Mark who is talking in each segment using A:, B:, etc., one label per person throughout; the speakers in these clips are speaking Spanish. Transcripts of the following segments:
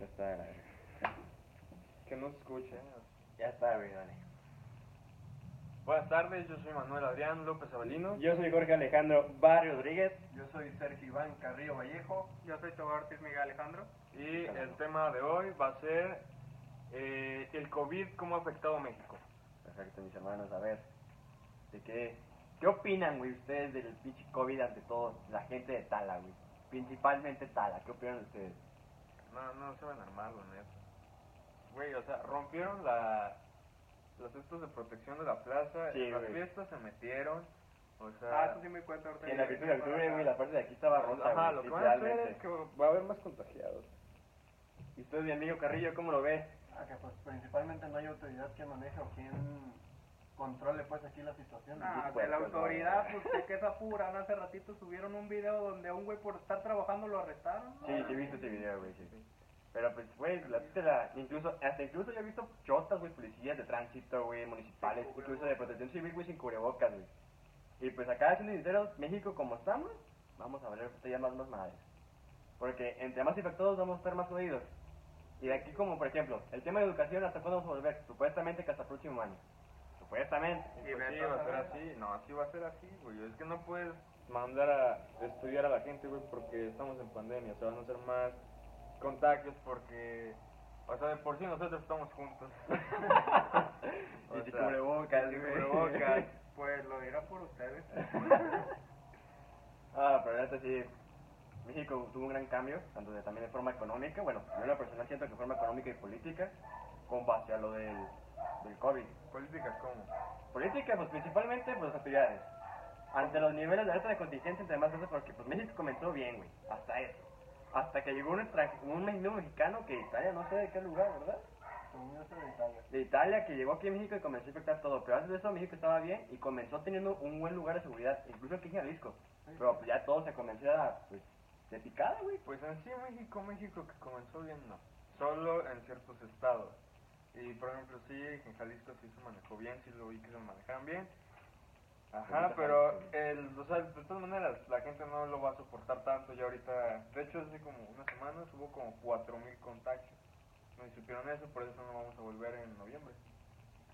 A: está en aire.
B: Que no se escuche.
A: Ya está, güey, dale.
B: Buenas tardes, yo soy Manuel Adrián López Avelino.
A: Yo soy Jorge Alejandro Barrio Rodríguez.
C: Yo soy Sergio Iván Carrillo Vallejo.
D: Yo soy Tobar Ortiz Miguel Alejandro.
B: Y el tema de hoy va a ser eh, el COVID, cómo ha afectado a México.
A: Perfecto, mis hermanos, a ver. ¿De qué? ¿Qué opinan, güey, ustedes del pinche COVID ante todo? La gente de Tala, güey. Principalmente Tala, ¿qué opinan ustedes?
B: No, no se van a armar, la neta. Güey, o sea, rompieron la, los cestos de protección de la plaza,
A: Sí,
B: en las
A: güey.
B: fiestas se metieron, o
D: Ah,
B: sea...
D: eso sí me cuenta ahorita.
A: En la fiesta de octubre, güey, la parte de aquí estaba rota,
B: Ajá,
A: güey,
B: lo que van a hacer
A: literalmente.
B: es que va a haber más contagiados.
A: ¿Y usted, mi amigo Carrillo, cómo lo ve?
C: Ah, que pues principalmente no hay autoridad que maneje o quien controle pues aquí la situación.
D: Ah, de la autoridad, pues de que esa pura. Hace ratito subieron un video donde a un güey por estar trabajando lo arrestaron. ¿no?
A: Sí, sí, he visto ese video, güey, sí. Pero pues, güey, la pista la- incluso, hasta incluso yo he visto chotas, güey, policías de tránsito, güey, municipales, incluso de protección civil, güey, sin cubrebocas, güey. Y pues acá, siendo sinceros, México como estamos, vamos a valer todavía más las madres. Porque entre más infectados vamos a estar más jodidos. Y de aquí como, por ejemplo, el tema de educación, ¿hasta cuándo vamos a volver? Supuestamente que hasta el próximo año. Supuestamente.
B: Y
D: Y
B: pues
D: ve
B: sí, va a
D: toda
B: ser
D: la-
B: así, no, así va a ser así, güey, es que no puedes mandar a estudiar a la gente, güey, porque estamos en pandemia, o sea, van a ser más contagios porque, o sea, de por sí nosotros estamos juntos.
A: y si
B: sea,
A: cubrebocas,
B: sin
A: güey.
B: cubrebocas.
D: Pues lo dirá por ustedes.
A: Ah, pero la neta sí. México tuvo un gran cambio, tanto de, también de forma económica, bueno, yo en lo personal siento que de forma económica y política, con base a lo del, del COVID.
B: Políticas, ¿cómo?
A: Política, pues principalmente, pues las actividades. Ante los niveles de alta de contingencia, entre más cosas, porque pues México comenzó bien, güey, hasta eso. Hasta que llegó un, extranjero, un mexicano- mexicano que de Italia, no sé de qué lugar, ¿verdad?
C: Según yo soy de Italia.
A: De Italia, que llegó aquí a México y comenzó a infectar todo. Pero antes de eso, México estaba bien y comenzó teniendo un buen lugar de seguridad, incluso aquí en Jalisco. Pero pues ya todo se comenzó a, pues, de picada, güey.
B: Pues en sí México, México que comenzó bien no, solo en ciertos estados. Y por ejemplo sí, en Jalisco sí se manejó bien, sí lo vi que se manejaban bien. Ajá,
A: Ahorita
B: pero
A: Jalisco,
B: el, o sea, de todas maneras la gente no lo va a soportar tanto ya ahorita. De hecho hace como unas semanas hubo como 4.000 contagios. No y supieron eso, por eso no vamos a volver en noviembre.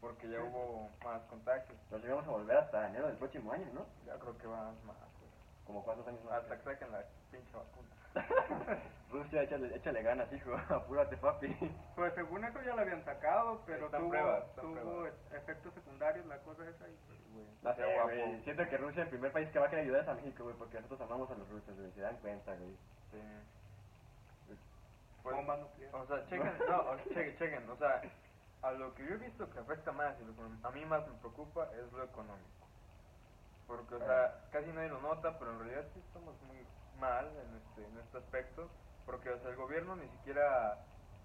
B: Porque ya hubo más contagios.
A: Nos íbamos a volver hasta enero del próximo año, ¿no?
B: Ya creo que va más, güey.
A: Como cuántos años más.
B: Hasta que saquen la pinche vacuna.
A: Rusia, échale, échale ganas, hijo. Apúrate, papi.
D: Pues según eso ya lo habían sacado, pero
B: Están
D: tuvo,
B: pruebas, están
D: tuvo
B: pruebas.
D: efectos secundarios la cosa esa. Y, pues,
B: Güey,
A: No
B: sea
A: sé, Eh, güey. Siento que Rusia es el primer país que va a querer ayudar es a México, güey, porque nosotros amamos a los rusos, güey. Se dan cuenta, güey.
B: Sí. Pues,
D: Bombas nucleares.
B: o sea, chequen, no, o sea, chequen, chequen, o sea, a lo que yo he visto que afecta más y lo que a mí más me preocupa es lo económico. Porque, o sea, casi nadie lo nota, pero en realidad sí estamos muy mal en este, en este aspecto, porque, o sea, el gobierno ni siquiera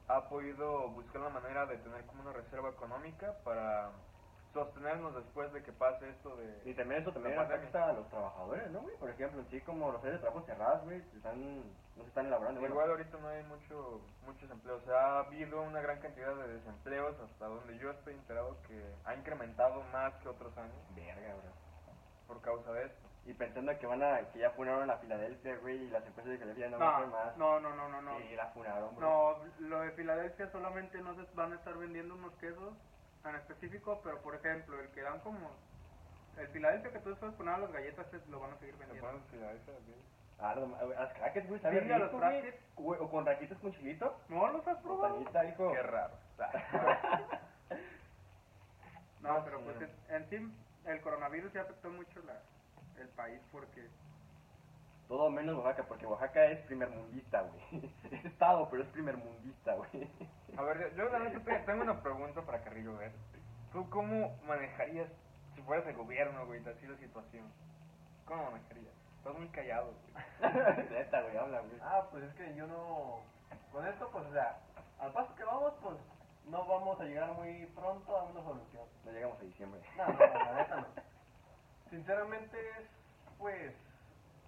B: ha podido buscar la manera de tener como una reserva económica para sostenernos después de que pase esto
A: Y
B: de...
A: también eso también
B: La pandemia.
A: afecta a los trabajadores, ¿no, güey? Por ejemplo, en sí, como los áreas de trabajo cerradas, güey, se están, no se están elaborando. Bueno,
B: Igual ahorita no hay mucho, muchos empleos, o sea, ha habido una gran cantidad de desempleos hasta donde yo estoy enterado que ha incrementado más que otros años
A: Verga, bro.
B: por causa de esto.
A: Y pensando que van a, que ya funaron a Filadelfia, güey, y las empresas de Filadelfia no, van a
D: No,
A: hacer más.
D: no, no, no, no. no.
A: Sí, la funaron, bro.
D: No, lo de Filadelfia solamente no se van a estar vendiendo unos quesos en específico, pero por ejemplo, el que dan como. El Filadelfia que tú después ponías las galletas, es- lo van a seguir
B: ¿Te
D: vendiendo.
B: pones Filadelfia, ok?
A: Ah, no, güey, las crackers, güey, ¿sabes?
D: Sí, a los
A: rico, güey?
D: crackers.
A: Güey, O con raquitas con chilito.
D: ¿No los has probado?
A: Botanita, hijo.
B: Qué raro.
D: No,
B: Ah,
D: pero pues
B: sí.
D: en- en sí, el coronavirus ya afectó mucho la, el país porque.
A: Todo menos Oaxaca, porque Oaxaca es primermundista, güey. Es estado, pero es primermundista, güey.
B: A ver, yo la neta te- tengo una pregunta para Carrillo, ver. ¿Tú cómo manejarías, si fueras el gobierno, güey, así la situación? ¿Cómo manejarías? Estás muy callado, güey.
A: Neta, güey, habla, güey.
C: Ah, pues es que yo no... Con esto pues o sea, al paso que vamos pues no vamos a llegar muy pronto a una solución.
A: No llegamos a diciembre.
C: No, no, no, la neta no. Sinceramente es, pues,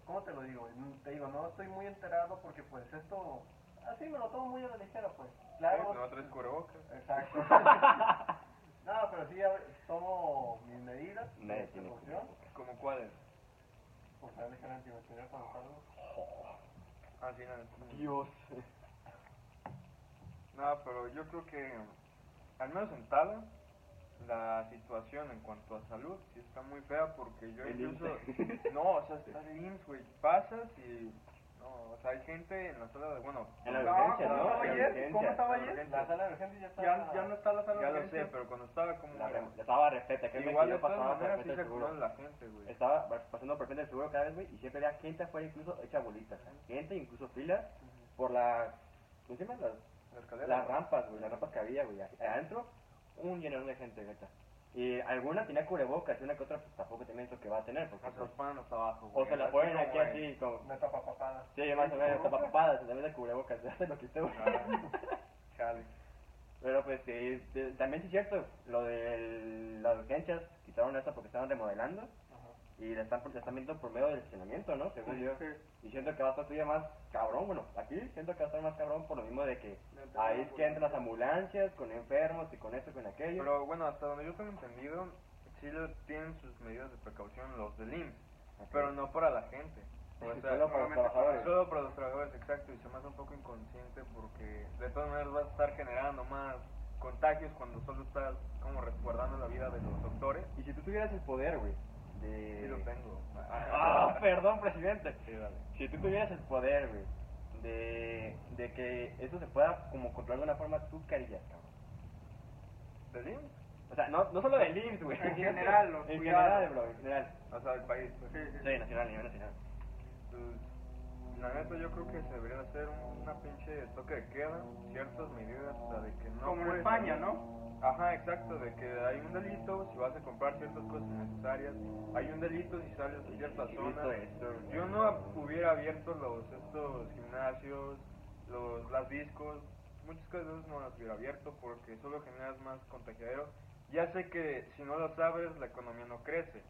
C: ¿cómo te lo digo? Mm, Te digo, no estoy muy enterado porque pues esto, así me lo tomo muy a la ligera, pues. Claro.
B: No traes cubrebocas.
C: Exacto. no, pero sí, a ver, tomo mis medidas
A: Nadie
C: de
A: tiene
C: precaución.
B: ¿Como cuáles?
C: Por la ligera antibacterial
B: Ah,
C: cuando salgo.
B: Así, la neta.
A: Dios.
B: No, pero yo creo que, al menos en Tala, la situación en cuanto a salud sí está muy fea porque yo
A: El
B: incluso...
A: IMSS.
B: No, o sea, está el IMSS, güey. Pasas y... No, o sea, hay gente en la sala de... Bueno,
A: En la urgencia,
D: ¿cómo
A: ¿no?
D: estaba
A: En la
D: ayer? Ah, ¿Cómo
A: urgencia.
D: estaba
B: en la
D: ayer?
C: La
B: urgencia.
C: sala de urgencia ya está.
D: Ya, ya no está la sala
B: Ya
D: de
B: lo sé,
D: urgencia.
B: pero cuando estaba como...
A: La re- estaba repleta, créeme
B: Igual
A: que
B: de
A: yo
B: todas
A: pasaba por
B: maneras
A: frente
B: sí se
A: del seguro.
B: acumula la gente, güey.
A: Estaba pasando por frente del seguro cada vez, güey, y siempre había gente afuera, incluso hecha bolitas. Gente, incluso filas, por la... ¿Cómo se llama? Las,
B: La escalera.
A: las rampas, güey, las rampas que había, güey. Adentro, un llenón de gente, neta. Y alguna tenía cubrebocas y una que otra, pues tampoco te miento que va a tener, porque...
B: O se
A: pues,
B: los ponen hasta abajo,
A: o
B: Ah, güey.
A: se la
B: Así
A: ponen
B: como
A: aquí
B: en-
A: así, con...
C: Una tapa papada.
A: Sí, más o menos, tapapapadas, también de cubrebocas, hace lo que usted, güey.
B: Ah, Chale.
A: Pero pues sí, te- también sí es cierto, lo de las urgencias, quitaron esa porque estaban remodelando y la están, la están viendo por medio del estacionamiento, ¿no? Según yo. Y siento que va a estar todavía más cabrón, bueno, aquí siento que va a estar más cabrón por lo mismo de que
D: Dentro de
A: ahí
D: la
A: es que entran las ambulancias con enfermos y con esto, con aquello.
B: Pero bueno, hasta donde yo tengo entendido, sí lo- tienen sus medidas de precaución los del IMSS,
A: Ajá.
B: pero no para la gente. O sea,
A: Solo para los
B: solamente
A: trabajadores.
B: Solo para los trabajadores, exacto, y se me hace un poco inconsciente porque de todas maneras vas a estar generando más contagios cuando solo estás como resguardando la vida de los doctores.
A: Y si tú tuvieras el poder, güey, de...
B: Sí lo tengo.
A: Ah, perdón, presidente.
B: Sí, dale.
A: Si tú tuvieras el poder, güey, de, de que eso se pueda como controlar de una forma, tú qué harías, cabrón.
B: ¿Del IMSS?
A: O sea, no, no solo del IMSS, güey.
D: En general, los
A: En
D: cuidados.
A: general, bro, en general.
B: O sea, del país. pues.
D: Sí, sí, sí.
A: Sí, nacional, a nivel nacional.
B: Pues, la neta yo creo que se debería hacer un- una pinche toque de queda, ciertas medidas, o sea, de que no...
D: Como en
B: puedes-
D: España, ¿no?
B: Ajá, exacto, de que hay un delito si vas a comprar ciertas cosas innecesarias, hay un delito si sales de ciertas
A: Sí, sí,
B: zonas.
A: visto esto.
B: Yo no hubiera abierto los estos gimnasios, los las discos, muchas cosas no las hubiera abierto porque solo generas más contagiadero. Ya sé que si no lo sabes la economía no crece,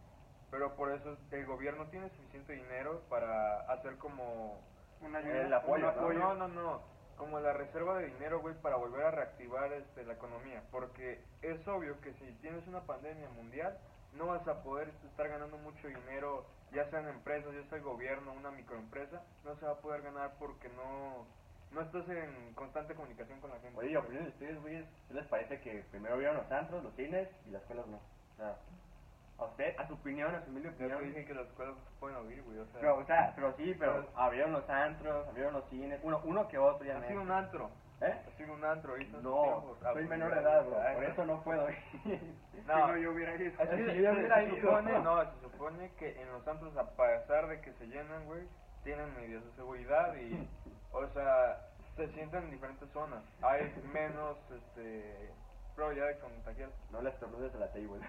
B: pero por eso el gobierno tiene suficiente dinero para hacer como
D: Una ayuda.
A: El apoyo,
B: no,
A: ¿no?
B: No, no, no. Como la reserva de dinero, güey, para volver a reactivar este, la economía. Porque es obvio que si tienes una pandemia mundial, no vas a poder estar ganando mucho dinero, ya sean empresas, ya sea el gobierno, una microempresa, no se va a poder ganar porque no, no estás en constante comunicación con la gente.
A: Oye, y opinión de ustedes, güey, ¿qué les parece que primero vieron los antros, los cines y las escuelas no? O sea, a usted, a su opinión, a su humilde
B: Ya te
A: opinión.
B: dije que las escuelas se pueden abrir, güey, o sea...
A: Pero, o sea, pero sí, pero abrieron los antros, abrieron los cines, uno, uno que otro, ya
B: ha sido
A: me.
B: Ah, un antro,
A: ¿Eh?
B: ha sido un antro, ¿viste?
A: No,
B: Tiempos,
A: soy
B: ah,
A: menor de
B: güey,
A: edad, bro,
B: ah,
A: por eso no puedo ir.
D: Si no, yo hubiera ido.
B: Es que
A: Sí,
B: se,
A: yo hubiera
B: se
A: ido.
B: supone, no, se supone que en los santos, a pesar de que se llenan, güey, tienen medidas de seguridad y, o sea, se sientan en diferentes zonas. Hay menos, este, probabilidad de contagiar.
A: No le estornudes a la table.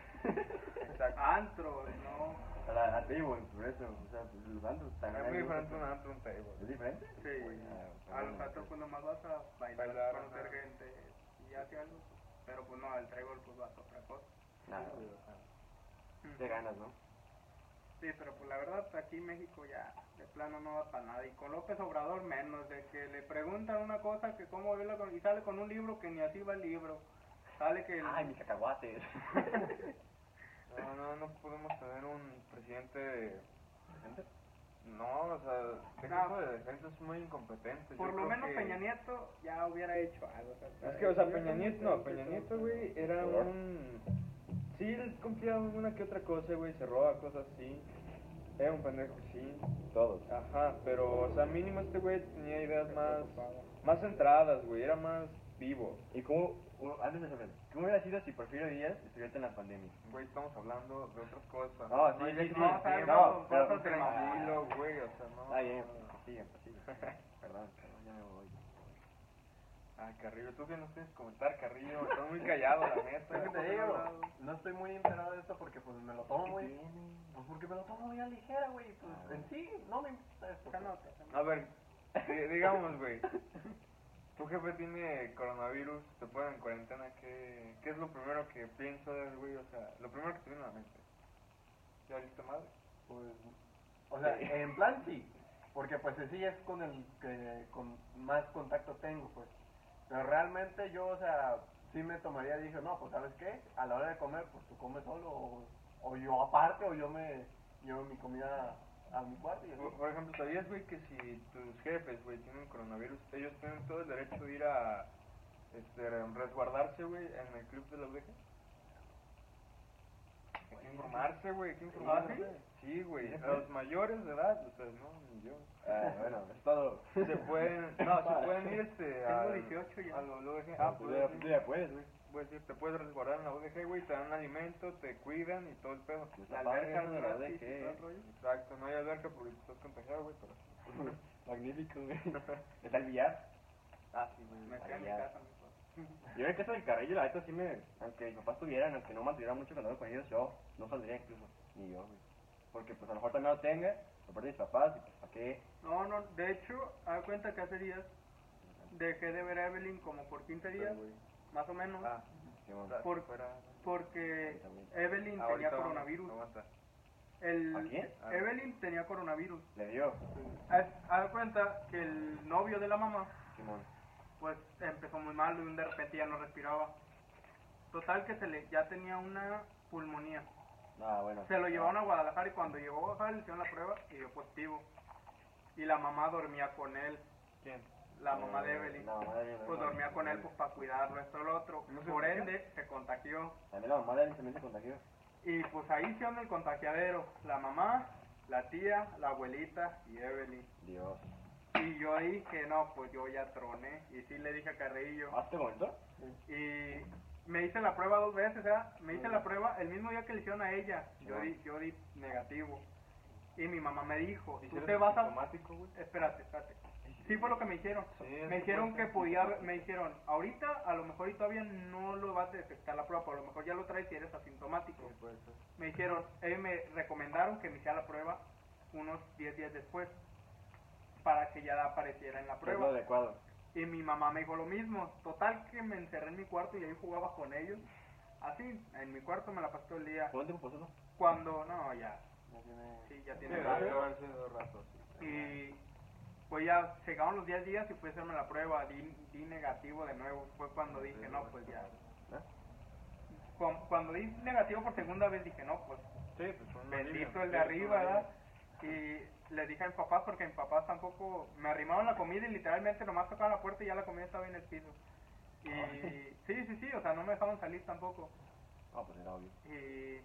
B: Exacto.
D: Antro, no.
A: A la, a la table, por eso. O sea, pues, los antros también.
B: es
A: hay
B: muy
A: unos-
B: diferente un antro a un table.
A: ¿Es diferente?
D: Sí.
A: Ah,
D: A los
A: bueno,
D: antros pues nomás vas a bailar,
B: Bailar,
D: conocer
B: ajá.
D: gente y hace algo. Pero pues no, al trébol pues vas a otra cosa.
A: Nada,
B: Sí, o sea,
D: Mm.
A: te ganas, ¿no?
D: Sí, pero pues la verdad aquí México ya de plano no va para nada y con López Obrador menos, de que le preguntan una cosa que cómo vio la con- y sale con un libro que ni así va el libro. Sale que el-
A: Ay,
B: pues,
A: mis cacahuates.
B: No, no, no podemos tener un presidente, no, o sea, este
D: No.
B: tipo de defensa es muy incompetente.
D: por
B: Yo
D: lo
B: creo
D: menos
B: que-
D: Peña Nieto ya hubiera hecho algo.
B: Es que, o sea, Peña Nieto, no, Peña Nieto, güey, era
A: ¿Verdad?
B: un... Sí, él cumplía una que otra cosa, güey, se roba cosas así. Era un pendejo, sí.
A: Todos.
B: Ajá, pero, o sea, mínimo este güey tenía ideas más... Más centradas, güey, era más vivo.
A: ¿Y cómo, u- antes de saber, cómo hubiera sido si Porfirio Díaz estuviera en la pandemia?
B: Güey, estamos hablando de otras cosas.
A: No, sí,
B: hay
A: sí,
B: que-
A: sí,
B: no,
A: sí,
B: hay
A: no,
B: cosas
A: pero-
B: tranquilo, güey, o sea, no...
A: Está bien, sigue, sigue. Perdón, perdón, ya me voy.
B: Ah, Carrillo, tú que no tienes que comentar, Carrillo, estás muy callado, la
C: Es que
B: neta.
C: te digo, no estoy muy enterado de esto porque pues me lo tomo muy... Pues porque me lo tomo muy a ligera, güey. Pues
D: Ah.
C: en sí, no me importa esto.
B: A ver, di- digamos, güey. Tu jefe tiene coronavirus, te ponen en cuarentena. ¿Qué, qué es lo primero que piensas, güey? O sea, lo primero que te viene a la mente. ¿Ya viste madre?
C: Pues, o sea, en plan sí, porque pues en sí es con el que con más contacto tengo, pues. Pero realmente yo, o sea, sí me tomaría y dije, no, pues sabes qué, a la hora de comer, pues tú comes solo, o, o yo aparte, o yo me llevo mi comida a mi cuarto y
B: Por
C: así.
B: por ejemplo, ¿sabías, güey, que si tus jefes, güey, tienen coronavirus, ellos tienen todo el derecho de ir a, este, resguardarse, güey, en el club de la oveja. Hay que informarse, güey, hay que informarse. Sí, güey, a los mayores de edad, o sea, no, ni yo.
A: Ah, bueno, es todo.
B: Se pueden, no, se pueden ir este, a,
D: Tengo 18 ya.
B: a la OVG.
A: Ah,
B: Ah,
A: pues ya,
B: pues,
A: ya puedes, güey.
B: pues sí, te puedes resguardar en la OVG, güey, te dan alimento, te cuidan y todo el pedo.
A: Pues
D: La
A: la padre,
D: alberca
A: eso de
D: no
A: la
D: la
A: OVG.
D: tiene, ¿no? rollo?
B: Exacto, no hay alberca porque estás contagiado, güey, pero...
A: Magnífico, güey. Está el billar.
B: Ah, sí, güey.
D: Me quedo en mi
A: Ya.
D: casa, mi papá.
A: Yo en el caso del carrillo, la neta sí me. Aunque mis papás tuvieran, aunque no mantuviera mucho contacto con ellos, yo no saldría incluso. Ni yo, güey. Porque pues a lo mejor también lo tenga, por parte de mis papás, y pues ¿para qué?
D: No, no, de hecho, haz cuenta que hace días dejé de ver a Evelyn como por 15 días, más o menos,
B: Ah,
A: Sí, bueno.
B: está
D: Por-
B: fuera.
D: porque
A: Ahorita
D: Evelyn tenía
B: Ahorita vamos,
D: coronavirus.
B: Aguanta.
D: El,
A: ¿A quién?
B: Ah.
D: Evelyn tenía coronavirus.
A: Le dio,
D: Haz haz cuenta que el novio de la mamá,
A: Simón.
D: pues empezó muy mal y de repente ya no respiraba. Total que se le ya tenía una pulmonía.
A: Nada, bueno.
D: Se lo llevaron a Guadalajara y cuando llegó a Guadalajara le hicieron la prueba y dio positivo. Y la mamá dormía con él,
B: ¿Quién?
D: la mamá de Evelyn.
A: La mamá de Evelyn.
D: Pues dormía con él pues, para cuidarlo, esto, lo otro.
B: ¿No se
D: Por
B: contagió?
D: ende, se contagió.
A: También la mamá de Evelyn también se contagió.
D: Y pues ahí se anda el contagiadero. La mamá, la tía, la abuelita y Evelyn.
A: Dios.
D: Y yo dije, no, pues yo ya troné. Y sí le dije a Carrillo.
A: ¿Ah, te comentó?
D: Y me hice la prueba dos veces, ¿verdad? Me hice la prueba el mismo día que le hicieron a ella. Yo di, yo di negativo. Y mi mamá me dijo, tú te vas a...
B: automático, güey?
D: Espérate, espérate. Sí fue lo que me dijeron.
B: Sí,
D: me
B: es
D: dijeron que
B: supuesto.
D: podía, me dijeron, ahorita a lo mejor y todavía no lo vas a detectar la prueba, pero a lo mejor ya lo traes si eres asintomático.
B: Sí, puede ser.
D: Me dijeron, eh, me recomendaron que me hiciera la prueba unos 10 días después para que ya apareciera en la
A: Que Es lo
D: prueba.
A: adecuado.
D: Y mi mamá me dijo lo mismo. Total que me encerré en mi cuarto y ahí jugaba con ellos. Así, en mi cuarto me la pasé todo el día.
A: ¿Cuánto tiempo pasó eso?
D: Cuando, no, ya,
C: Ya tiene-
D: sí, ya
B: Sí,
D: tiene
B: debe
D: rato.
B: haber sido rato, sí.
D: Y pues ya llegaron los 10 días y fui a hacerme la prueba, di, di negativo de nuevo. Fue cuando dije, no, pues ya.
A: ¿Eh?
D: Cu- Cuando di negativo por segunda vez dije, no, pues
B: Sí, pues un
D: bendito
B: alivio.
D: el de
B: Sí,
D: arriba,
B: un
D: ¿verdad?
B: alivio.
D: Y le dije a mis papás porque mis papás tampoco me arrimaron la comida y literalmente nomás tocaban la puerta y ya la comida estaba en el piso. Y sí, sí, sí, o sea, no me dejaban salir tampoco.
A: Ah, pues era obvio.
D: Y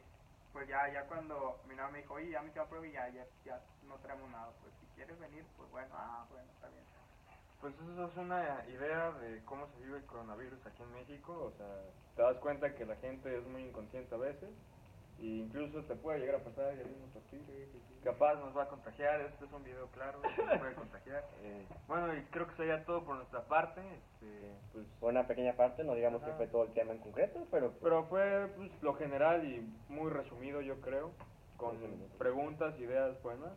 D: pues ya, ya cuando mi mamá me dijo, oye, ya me hice la prueba y ya, ya, ya no traemos nada. Pues si quieres venir, pues bueno, ah, bueno, está bien.
B: Pues eso es una idea de cómo se vive el coronavirus aquí en México. O sea, te das cuenta que la gente es muy inconsciente a veces. E incluso te puede llegar a pasar y al mismo partido. Capaz nos va a contagiar. Este es un video claro. Nos puede contagiar.
A: Eh,
B: Bueno, y creo que sería todo por nuestra parte. Este, pues,
A: fue una pequeña parte, no digamos que
B: Ajá.
A: fue todo el tema en concreto, pero
B: pero fue pues, lo general y muy resumido, yo creo. Con
A: Resumido.
B: preguntas, ideas buenas.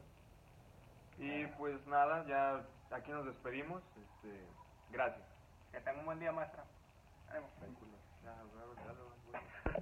B: Y pues nada, ya aquí nos despedimos. Este, gracias.
D: Que tenga un buen día, maestra. Ánimo.
B: Ya, luego, ya, luego, güey.